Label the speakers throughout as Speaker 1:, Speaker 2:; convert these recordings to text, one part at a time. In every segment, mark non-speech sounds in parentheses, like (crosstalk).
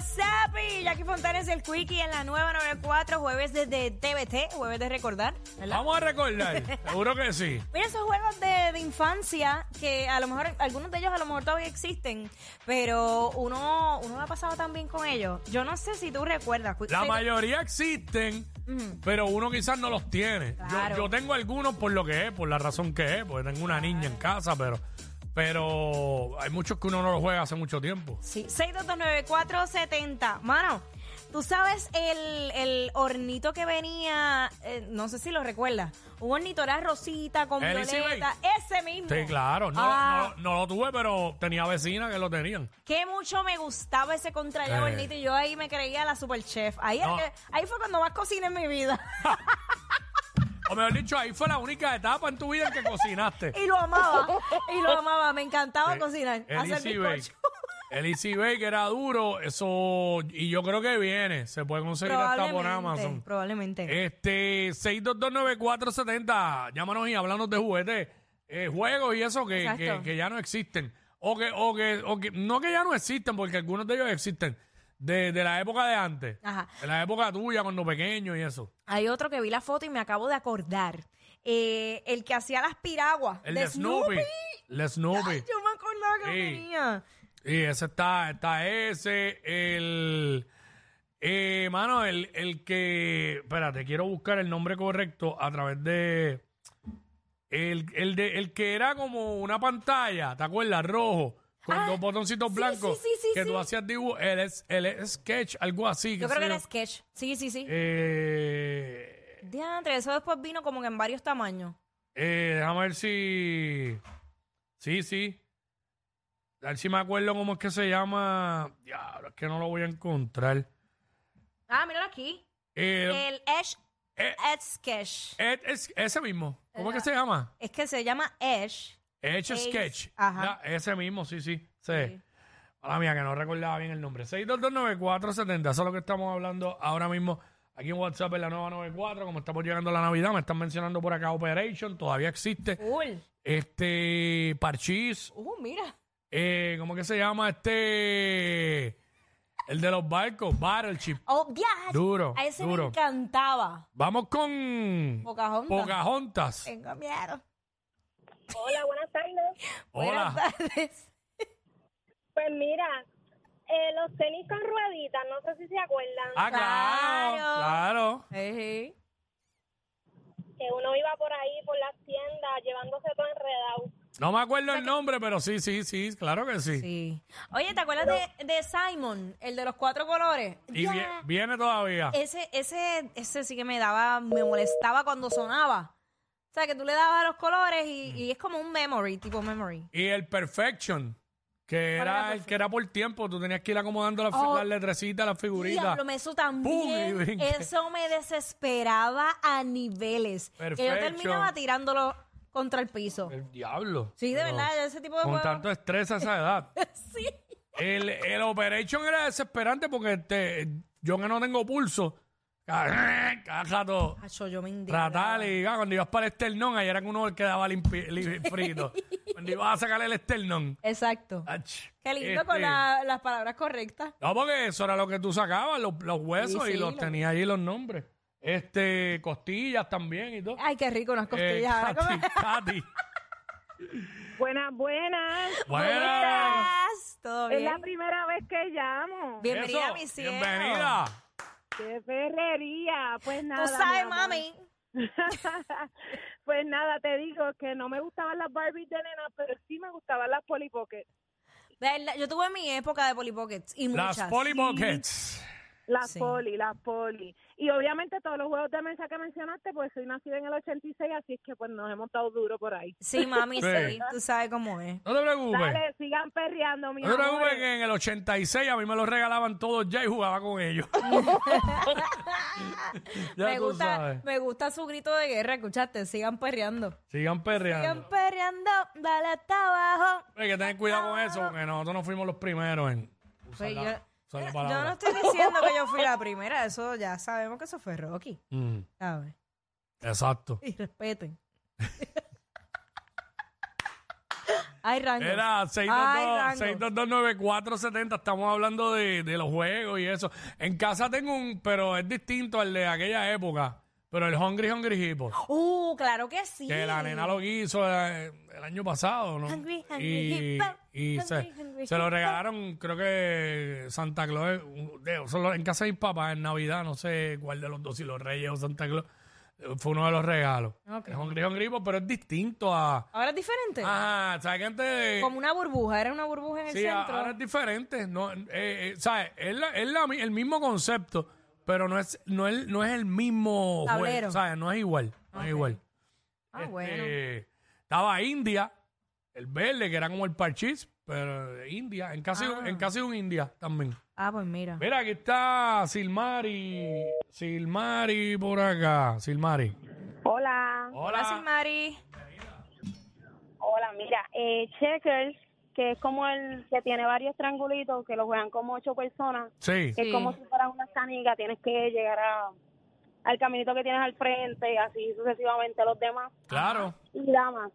Speaker 1: Sapi, Jackie Fontanes, el Quickie en la nueva 94, jueves desde TVT, jueves de recordar, ¿verdad?
Speaker 2: Vamos
Speaker 1: (laughs)
Speaker 2: a recordar, seguro que sí.
Speaker 1: Mira esos juegos de, de infancia que a lo mejor, algunos de ellos a lo mejor todavía existen, pero uno, uno la ha pasado tan bien con ellos. Yo no sé si tú recuerdas. Quick-
Speaker 2: La
Speaker 1: sí,
Speaker 2: mayoría existen, pero uno quizás no los tiene. Yo-
Speaker 1: Claro.
Speaker 2: Yo, tengo algunos por lo que es, por la razón que es, porque tengo una niña en casa, pero pero hay muchos que uno no los juega hace mucho tiempo.
Speaker 1: Sí, 6229470. Mano, tú sabes el, el hornito que venía, eh, no sé si lo recuerdas, un hornito era rosita con
Speaker 2: El Easy
Speaker 1: violeta, ese mismo.
Speaker 2: Sí, claro, no,
Speaker 1: Ah.
Speaker 2: no- no lo tuve, pero tenía vecinas que lo tenían.
Speaker 1: Qué mucho me gustaba ese contrallado
Speaker 2: Eh.
Speaker 1: hornito y yo ahí me creía la super chef. Ahí, era
Speaker 2: No.
Speaker 1: que- ahí fue cuando más cociné en mi vida. (laughs)
Speaker 2: O mejor dicho, ahí fue la única etapa en tu vida en que cocinaste.
Speaker 1: (laughs) y lo amaba. Y lo amaba. Me encantaba
Speaker 2: (laughs) Eh,
Speaker 1: cocinar.
Speaker 2: El
Speaker 1: hacer
Speaker 2: Easy Bake.
Speaker 1: bizcocho.
Speaker 2: El Easy Bake era duro, eso. Y yo creo que viene. Se puede conseguir hasta por Amazon.
Speaker 1: Probablemente.
Speaker 2: Este, 6229470, llámanos y háblanos de juguetes, eh, juegos y eso que,
Speaker 1: Exacto.
Speaker 2: que- que ya no existen. O que, o, que, o que, no que ya no existen, porque algunos de ellos existen. De, de la época de antes.
Speaker 1: Ajá.
Speaker 2: De la época tuya, cuando pequeño y eso.
Speaker 1: Hay otro que vi la foto y me acabo de acordar. Eh, el que hacía las piraguas.
Speaker 2: El de, Snoopy.
Speaker 1: (laughs)
Speaker 2: El Snoopy.
Speaker 1: Yo me acordaba que
Speaker 2: Sí.
Speaker 1: lo tenía.
Speaker 2: Y ese está, está ese, el... Eh, mano, el, el que... Espérate, quiero buscar el nombre correcto a través de... El, el, de, el que era como una pantalla, ¿te acuerdas? Rojo, con
Speaker 1: Ah,
Speaker 2: dos botoncitos
Speaker 1: sí,
Speaker 2: blancos.
Speaker 1: sí, sí, sí,
Speaker 2: que
Speaker 1: sí.
Speaker 2: tú hacías dibujo, el, es- el es sketch, algo así.
Speaker 1: Yo
Speaker 2: qué
Speaker 1: creo que
Speaker 2: sé
Speaker 1: era sketch. Sí, sí, sí.
Speaker 2: Eh,
Speaker 1: Diantre, eso después vino como que en varios tamaños.
Speaker 2: eh, déjame ver si... Sí, sí. A ver si me acuerdo cómo es que se llama... Diablo, es que no lo voy a encontrar.
Speaker 1: Ah, míralo aquí.
Speaker 2: Eh,
Speaker 1: El Edge,
Speaker 2: eh,
Speaker 1: Edge Sketch.
Speaker 2: Ed- es- ese mismo. ¿Cómo es que se llama?
Speaker 1: Es que se llama Edge.
Speaker 2: Edge
Speaker 1: Ace,
Speaker 2: Sketch.
Speaker 1: ajá.
Speaker 2: Ya, ese mismo, sí, sí. Sí.
Speaker 1: Sí.
Speaker 2: Mala mía, que no recordaba bien el nombre. 6229470, eso es lo que estamos hablando ahora mismo aquí en WhatsApp en la nueva 94. Como estamos llegando a la Navidad, me están mencionando por acá Operation, todavía existe.
Speaker 1: Cool.
Speaker 2: Este, Parchís,
Speaker 1: Uh, mira.
Speaker 2: eh, ¿cómo que se llama este? El de los barcos, Battleship.
Speaker 1: Oh, diache.
Speaker 2: Duro,
Speaker 1: A ese
Speaker 2: duro.
Speaker 1: me encantaba.
Speaker 2: Vamos con
Speaker 1: Pocahontas.
Speaker 2: Pocahontas.
Speaker 1: Tengo miedo.
Speaker 3: Hola, buenas tardes.
Speaker 2: Hola.
Speaker 1: Buenas tardes.
Speaker 3: Pues mira, eh, los tenis con rueditas, no sé si se acuerdan,
Speaker 2: Ah, claro,
Speaker 1: Claro.
Speaker 2: claro.
Speaker 1: Ey, ey.
Speaker 3: que uno iba por ahí, por las tiendas, llevándose todo enredado.
Speaker 2: No me acuerdo el nombre, pero sí, sí, sí, claro que sí.
Speaker 1: Sí. Oye, ¿te acuerdas de, de Simon, el de los cuatro colores?
Speaker 2: Y
Speaker 1: Ya.
Speaker 2: vie- viene todavía.
Speaker 1: Ese, ese, ese sí que me daba, me molestaba cuando sonaba. O sea, que tú le dabas a los colores y, y es como un memory, tipo memory.
Speaker 2: Y el Perfection, que era el que era por tiempo, tú tenías que ir acomodando las, fi-
Speaker 1: Oh.
Speaker 2: las letrecitas, las figuritas.
Speaker 1: Diablo, me- eso
Speaker 2: Pum, y
Speaker 1: también.
Speaker 2: brinqué.
Speaker 1: Eso me desesperaba a niveles. Que yo
Speaker 2: Perfecto.
Speaker 1: terminaba tirándolo contra el piso.
Speaker 2: El diablo.
Speaker 1: Sí, de
Speaker 2: Pero
Speaker 1: verdad, ese tipo de
Speaker 2: Con
Speaker 1: juegos.
Speaker 2: tanto estrés a esa edad.
Speaker 1: (laughs) Sí.
Speaker 2: El, el Operation era desesperante porque te- yo que no tengo pulso, (laughs) cada, cada rato
Speaker 1: Acho, yo me indignaba.
Speaker 2: Tratar y ah, cuando ibas para el esternón, ahí era que uno quedaba limpi,
Speaker 1: (laughs)
Speaker 2: li- frito. cuando ibas a sacar el esternón.
Speaker 1: Exacto.
Speaker 2: ach,
Speaker 1: Qué lindo
Speaker 2: este,
Speaker 1: con la- las palabras correctas.
Speaker 2: No, porque eso era lo que tú sacabas, los, los huesos,
Speaker 1: Sí,
Speaker 2: y
Speaker 1: sí,
Speaker 2: los
Speaker 1: lo-
Speaker 2: tenía ahí los nombres. Este, costillas también y todo.
Speaker 1: Ay, qué rico unas
Speaker 2: Eh,
Speaker 1: Ah, costillas. Ahora
Speaker 2: Katy,
Speaker 1: come- (laughs)
Speaker 2: Katy.
Speaker 3: Buenas, buenas.
Speaker 2: Buena.
Speaker 1: Buenas, ¿Todo
Speaker 3: Es la
Speaker 1: bien?
Speaker 3: primera vez que llamo.
Speaker 1: Bienvenida
Speaker 2: Eso,
Speaker 1: a mi cielo.
Speaker 2: Bienvenida.
Speaker 3: ¡Qué ferrería! Pues nada.
Speaker 1: Tú
Speaker 3: mi
Speaker 1: sabes,
Speaker 3: amor.
Speaker 1: mami.
Speaker 3: pues nada, te digo que no me gustaban las Barbies de nena, pero sí me gustaban las Polly Pocket.
Speaker 1: De verdad, Yo tuve mi época de Polly Pockets y muchas.
Speaker 2: Las Polly Pockets.
Speaker 3: Las
Speaker 1: Sí.
Speaker 3: poli, las poli. Y obviamente todos los juegos de mesa que mencionaste, pues soy nacida en el 86, así es que pues nos hemos dado duro por ahí.
Speaker 1: Sí, mami, sí.
Speaker 2: (laughs) Sí.
Speaker 1: Tú sabes cómo es.
Speaker 2: No te preocupes.
Speaker 3: Dale, sigan perreando, mi
Speaker 2: No te preocupes
Speaker 3: amor.
Speaker 2: que en el 86 a mí me lo regalaban todos ya y jugaba
Speaker 1: (laughs)
Speaker 2: con ellos. ya
Speaker 1: me,
Speaker 2: tú
Speaker 1: gusta,
Speaker 2: sabes.
Speaker 1: me gusta su grito de guerra, escuchaste. Sigan perreando.
Speaker 2: Sigan perreando.
Speaker 1: Sigan perreando, dale hasta abajo.
Speaker 2: Hay que tener cuidado con eso porque nosotros no fuimos los primeros en usar
Speaker 1: Pues
Speaker 2: la-
Speaker 1: yo,
Speaker 2: usar la
Speaker 1: yo
Speaker 2: palabra.
Speaker 1: no estoy diciendo que yo fui
Speaker 2: (laughs)
Speaker 1: la primera, eso ya sabemos que eso fue Rocky,
Speaker 2: Mm,
Speaker 1: ¿sabes?
Speaker 2: exacto.
Speaker 1: Y
Speaker 2: (laughs)
Speaker 1: respeten. Ay, Rango.
Speaker 2: Era
Speaker 1: Ay, Rango.
Speaker 2: 622-9470. Estamos hablando de, de los juegos y eso. En casa tengo un, pero es distinto al de aquella época. Pero el Hungry Hungry Hippo.
Speaker 1: Uh, claro que sí.
Speaker 2: Que la nena lo hizo eh, el año pasado, ¿no?
Speaker 1: Hungry, hungry
Speaker 2: y
Speaker 1: hippo,
Speaker 2: y se,
Speaker 1: hungry, hungry
Speaker 2: se lo
Speaker 1: hippo.
Speaker 2: regalaron, creo que Santa Claus, un- de- solo en casa de mis papás en Navidad, no sé cuál de los dos, si los Reyes o Santa Claus, eh, fue uno de los regalos.
Speaker 1: Ok.
Speaker 2: Es Hungry Hungry Hippo, pero es distinto a...
Speaker 1: Ahora es diferente.
Speaker 2: Ajá, ¿sabes que antes...
Speaker 1: Como una burbuja, era una burbuja en el
Speaker 2: Ah, Sí, a-
Speaker 1: centro.
Speaker 2: ahora es diferente. No, eh, eh, ¿sabes? Es, la- es la mi- el mismo concepto, pero no es, no es, no es el mismo juego,
Speaker 1: Tablero.
Speaker 2: ¿sabes? No es igual. No es igual.
Speaker 1: ah, bueno.
Speaker 2: Este, Estaba India, el verde, que era como el parchís, pero de India, en casi,
Speaker 1: Ah.
Speaker 2: en casi un India también.
Speaker 1: Ah, pues mira.
Speaker 2: Mira, aquí está Silmari. Silmari por acá. Silmari.
Speaker 3: Hola.
Speaker 1: Hola, Silmari.
Speaker 3: Hola, mira, eh, Checkers, que es como el que tiene varios triangulitos, que lo juegan como ocho personas,
Speaker 2: Sí.
Speaker 3: que
Speaker 1: Sí.
Speaker 3: es como si fueran una canicas, tienes que llegar a, al caminito que tienes al frente, y así sucesivamente los demás.
Speaker 2: Claro.
Speaker 1: Ah,
Speaker 3: Y damas,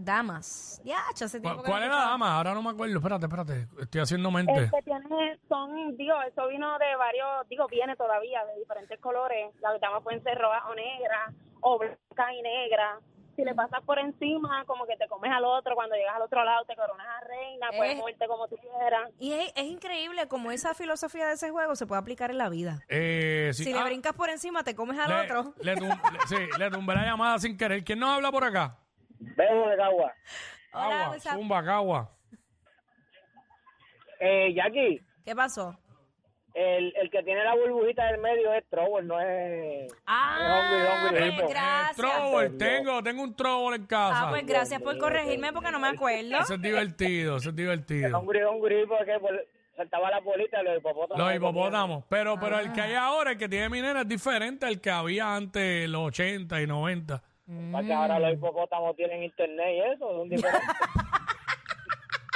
Speaker 1: Damas. Ya, hace tiempo
Speaker 2: ¿Cuál,
Speaker 1: que
Speaker 2: cuál
Speaker 1: no
Speaker 2: era la
Speaker 1: escuchaba.
Speaker 2: dama? Ahora no me acuerdo. Espérate, espérate. Estoy haciendo mente.
Speaker 3: el
Speaker 1: Este,
Speaker 3: que Este tiene son, digo, eso vino de varios, digo, viene todavía de diferentes colores. Las damas pueden ser rojas o negras, o blancas y negras. Si le pasas por encima, como que te comes al otro, cuando llegas al otro lado te coronas a reina,
Speaker 1: Eh.
Speaker 3: puedes moverte como tú quieras.
Speaker 1: Y es, es increíble cómo esa filosofía de ese juego se puede aplicar en la vida.
Speaker 2: Eh, sí.
Speaker 1: si le
Speaker 2: Ah,
Speaker 1: brincas por encima, te comes al
Speaker 2: le-
Speaker 1: otro.
Speaker 2: le tum- le- sí, le tumbé la llamada sin querer. ¿Quién nos habla por acá?
Speaker 4: Bebo de Cagua.
Speaker 1: (laughs) Hola,
Speaker 2: Agua,
Speaker 1: WhatsApp.
Speaker 2: Zumba, Cagua.
Speaker 4: Eh, Jackie,
Speaker 1: ¿Qué pasó?
Speaker 4: el, el que tiene la burbujita del medio es Trouble, no es...
Speaker 1: Ah,
Speaker 4: hombre, hombre,
Speaker 1: pues
Speaker 4: hombre.
Speaker 2: Eh,
Speaker 1: gracias.
Speaker 2: Trouble, tengo, tengo un trouble en casa.
Speaker 1: Ah, pues gracias por corregirme porque no me acuerdo.
Speaker 2: Eso es divertido, eso es divertido.
Speaker 4: Hungry Hungry porque por- saltaba la bolita y los hipopótamos.
Speaker 2: Los hipopótamos. Pero, pero el que hay ahora, el que tiene minera, es diferente al que había antes, en los 80 y 90.
Speaker 4: Porque ahora los hipopótamos tienen internet y eso, son diferentes.
Speaker 1: (laughs)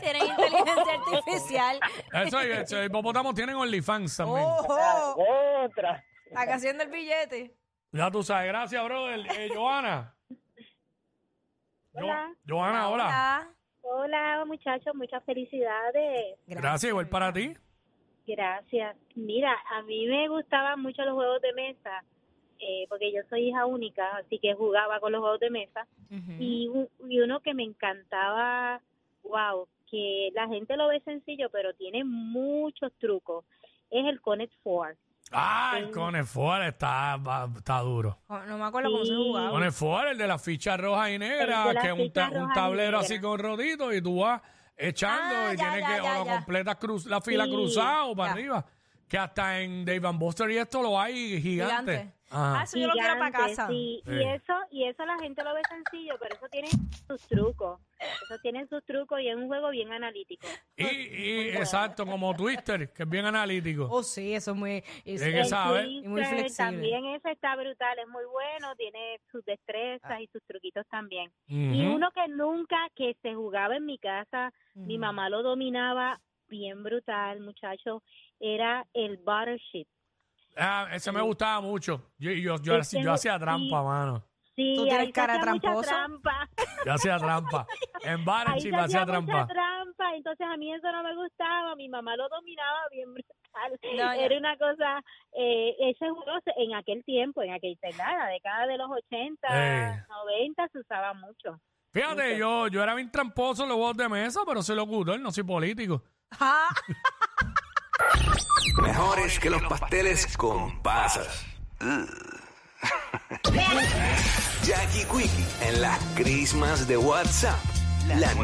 Speaker 1: Tienen inteligencia artificial.
Speaker 2: Eso, y eso, los hipopótamos tienen OnlyFans también.
Speaker 1: Oh. ¡Ojo!
Speaker 4: Contra.
Speaker 1: Acá haciendo el billete.
Speaker 2: Ya tú sabes. Gracias, brother. Eh, Joana. Jo-
Speaker 3: Hola.
Speaker 2: Joana, hola.
Speaker 3: Hola muchachos, muchas felicidades.
Speaker 2: Gracias, igual para ti.
Speaker 3: Gracias. Mira, a mí me gustaban mucho los juegos de mesa, eh, porque yo soy hija única, así que jugaba con los juegos de mesa.
Speaker 1: Ujú.
Speaker 3: Y, u- y uno que me encantaba, wow, que la gente lo ve sencillo, pero tiene muchos trucos, es el Connect Four.
Speaker 2: Ay, con el fuera está, va- está duro.
Speaker 1: Oh, No me acuerdo cómo se
Speaker 3: Sí.
Speaker 1: jugaba.
Speaker 2: Con el fuera, el de las fichas rojas y negras,
Speaker 3: El de las
Speaker 2: que es un, ta-
Speaker 3: fichas rojas
Speaker 2: un
Speaker 3: y
Speaker 2: tablero
Speaker 3: negras.
Speaker 2: así con roditos y tú vas echando
Speaker 1: Ah,
Speaker 2: y
Speaker 1: ya,
Speaker 2: tienes
Speaker 1: ya,
Speaker 2: que,
Speaker 1: ya,
Speaker 2: o lo
Speaker 1: ya.
Speaker 2: completas cruz, la fila
Speaker 3: Sí,
Speaker 2: cruzado para
Speaker 1: ya.
Speaker 2: arriba. Que hasta en Dave and Buster y esto lo hay gigante.
Speaker 1: Gigante.
Speaker 2: Ajá.
Speaker 1: Ah, eso yo lo quiero para
Speaker 3: Gigantes,
Speaker 1: casa.
Speaker 3: sí.
Speaker 2: Sí.
Speaker 3: Y eso, y eso la gente lo ve sencillo, pero eso tiene sus trucos. Eso tiene sus trucos y es un juego bien analítico.
Speaker 2: y, y exacto, como Twister, que es bien analítico.
Speaker 1: Oh, sí, eso es muy... y-
Speaker 2: Tiene que
Speaker 3: El
Speaker 2: saber.
Speaker 3: Twister
Speaker 1: Y muy flexible.
Speaker 3: También ese está brutal, es muy bueno, tiene sus destrezas
Speaker 1: Ah.
Speaker 3: y sus truquitos también. Y
Speaker 2: Ujú.
Speaker 3: uno que nunca, que se jugaba en mi casa, mi mamá lo dominaba bien brutal, muchacho, era el Battleship.
Speaker 2: Ah, ese me gustaba mucho. Yo, yo, yo,
Speaker 3: Este
Speaker 2: yo hacía
Speaker 3: sí.
Speaker 2: trampa, mano.
Speaker 3: Sí,
Speaker 1: ¿Tú tienes
Speaker 3: ahí se
Speaker 1: cara
Speaker 3: hacía mucha
Speaker 1: tramposa?
Speaker 3: trampa.
Speaker 2: Yo hacía trampa. En
Speaker 3: Ahí se
Speaker 2: Barenchip hacía
Speaker 3: mucha
Speaker 2: trampa.
Speaker 3: trampa, entonces a mí eso no me gustaba, mi mamá lo dominaba bien brutal.
Speaker 1: No, ya.
Speaker 3: Era una cosa, eh, ese juego se- en aquel tiempo, en aquel, en la década de los 80,
Speaker 2: Ey.
Speaker 3: 90 se usaba mucho.
Speaker 2: Fíjate, yo, yo era bien tramposo en los juegos de mesa, pero soy locutor, no soy político.
Speaker 1: Ah,
Speaker 5: Mejores que los pasteles con pasas. Ugh. Jackie Quickie en las crismas de WhatsApp. La